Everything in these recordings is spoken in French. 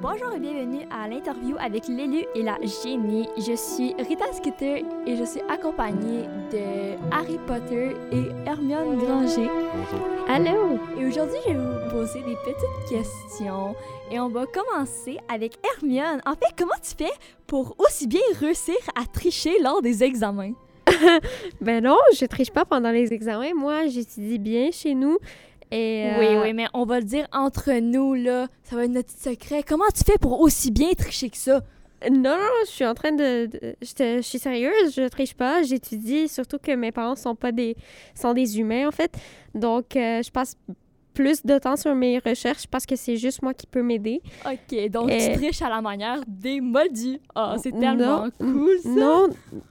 Bonjour et bienvenue à l'interview avec l'élu et la génie. Je suis Rita Skeeter et je suis accompagnée de Harry Potter et Hermione Granger. Bonjour. Allô! Et aujourd'hui, je vais vous poser des petites questions et on va commencer avec Hermione. En fait, comment tu fais pour aussi bien réussir à tricher lors des examens? Ben non, je triche pas pendant les examens. Moi, j'étudie bien chez nous. Et, Oui, euh, oui, mais on va le dire entre nous, là. Ça va être notre petit secret. Comment tu fais pour aussi bien tricher que ça? Non, non, non, je suis en train de. de- je, te- je suis sérieuse, je triche pas, j'étudie, surtout que mes parents sont pas des. sont des humains, en fait. Donc, euh, je passe plus de temps sur mes recherches parce que c'est juste moi qui peux m'aider. OK, donc Euh, tu triches à la manière des moldus. Ah, c'est tellement non, cool, ça! Non,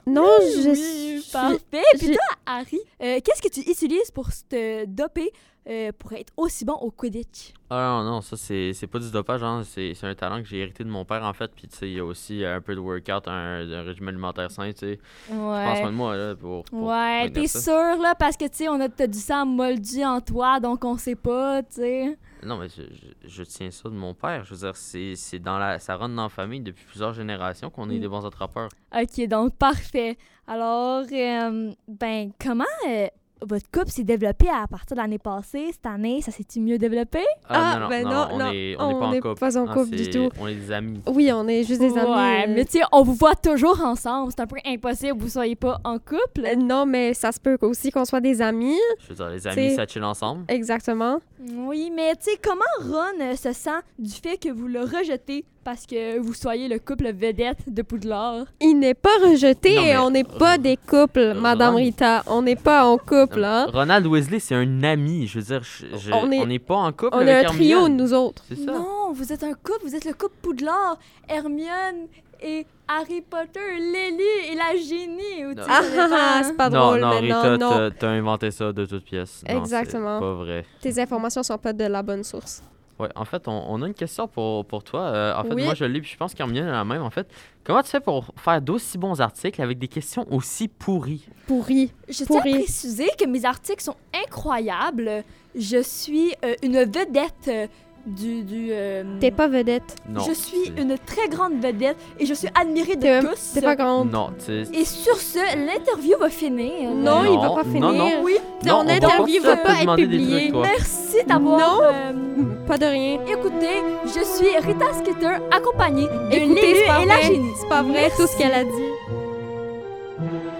non, je Oui, suis- parfait! Puis j'ai- toi, Harry, euh, qu'est-ce que tu utilises pour te doper euh, pour être aussi bon au Quidditch? Ah non, non, ça c'est c'est pas du dopage, hein. c'est c'est un talent que j'ai hérité de mon père en fait. Puis tu sais, il y a aussi euh, un peu de workout, un, un régime alimentaire sain, tu sais. Prends soin Ouais. de moi là pour. pour Ouais, maintenir t'es ça. sûr, là, parce que, tu sais, on a t'as du sang moldu en toi, donc on sait pas, tu sais. Non, mais je, je- je tiens ça de mon père. Je veux dire, c'est c'est dans la. Ça rentre dans la famille depuis plusieurs générations qu'on est Mm. des bons attrapeurs. OK, donc parfait. Alors, euh, ben, comment euh, votre couple s'est développé à partir de l'année passée, cette année? Ça s'est-tu mieux développé? Ah, ben non, on non, est, on est on pas en n'est couple. pas en Non, couple du c'est- tout. On est des amis. Oui, on est juste des amis. Ouais, euh, mais tu sais, on vous voit toujours ensemble. C'est un peu impossible, vous soyez pas en couple. euh, Non, mais ça se peut aussi qu'on soit des amis. Je veux dire, les C'est- amis, ça chill ensemble. Exactement. Oui, mais tu sais, comment Ron euh, se sent du fait que vous le rejetez parce que vous soyez le couple vedette de Poudlard? Il n'est pas rejeté Non, mais- euh, et on n'est pas des couples, Ron- Madame Rita. On n'est pas en couple, hein. Ronald Wesley, c'est un ami. Je veux dire, je- je- On est- on n'est pas en couple. On avec est un trio, Hermione. nous autres. C'est ça. Non, vous êtes un couple, vous êtes le couple Poudlard, Hermione et Harry Potter, Lily et la génie. ou tu sais, Ah Ah ça dépend, ah, hein. c'est pas Non, drôle non, maintenant. Rita, non, t'as- t'as inventé ça de toutes pièces. Non, c'est Exactement. pas vrai. tes informations sont pas de la bonne source. Ouais, en fait, on, on a une question pour, pour toi. Euh, en fait, Oui. moi, je l'ai, puis je pense qu'Hermione a la même. En fait, comment tu fais pour faire d'aussi bons articles avec des questions aussi pourries? Pourri. Je tiens à Pourri. préciser que mes articles sont incroyables. Je suis euh, une vedette euh, du... du euh, T'es pas vedette. Non. Mm. je suis c'est- une très grande vedette et je suis admirée de T'es même- tous. T'es pas grande. Non, tu sais, Et sur ce, l'interview va finir. Non, il va Non, pas non, finir. non. Oui, non, ton on va interview pas, va te pas être demander des publiée. trucs, toi. merci d'avoir... Non. euh, Pas de rien. Écoutez, je suis Rita Skeeter, accompagnée de Écoutez, l'élu c'est pas et la vrai. génie. C'est pas vrai tout ce qu'elle a dit.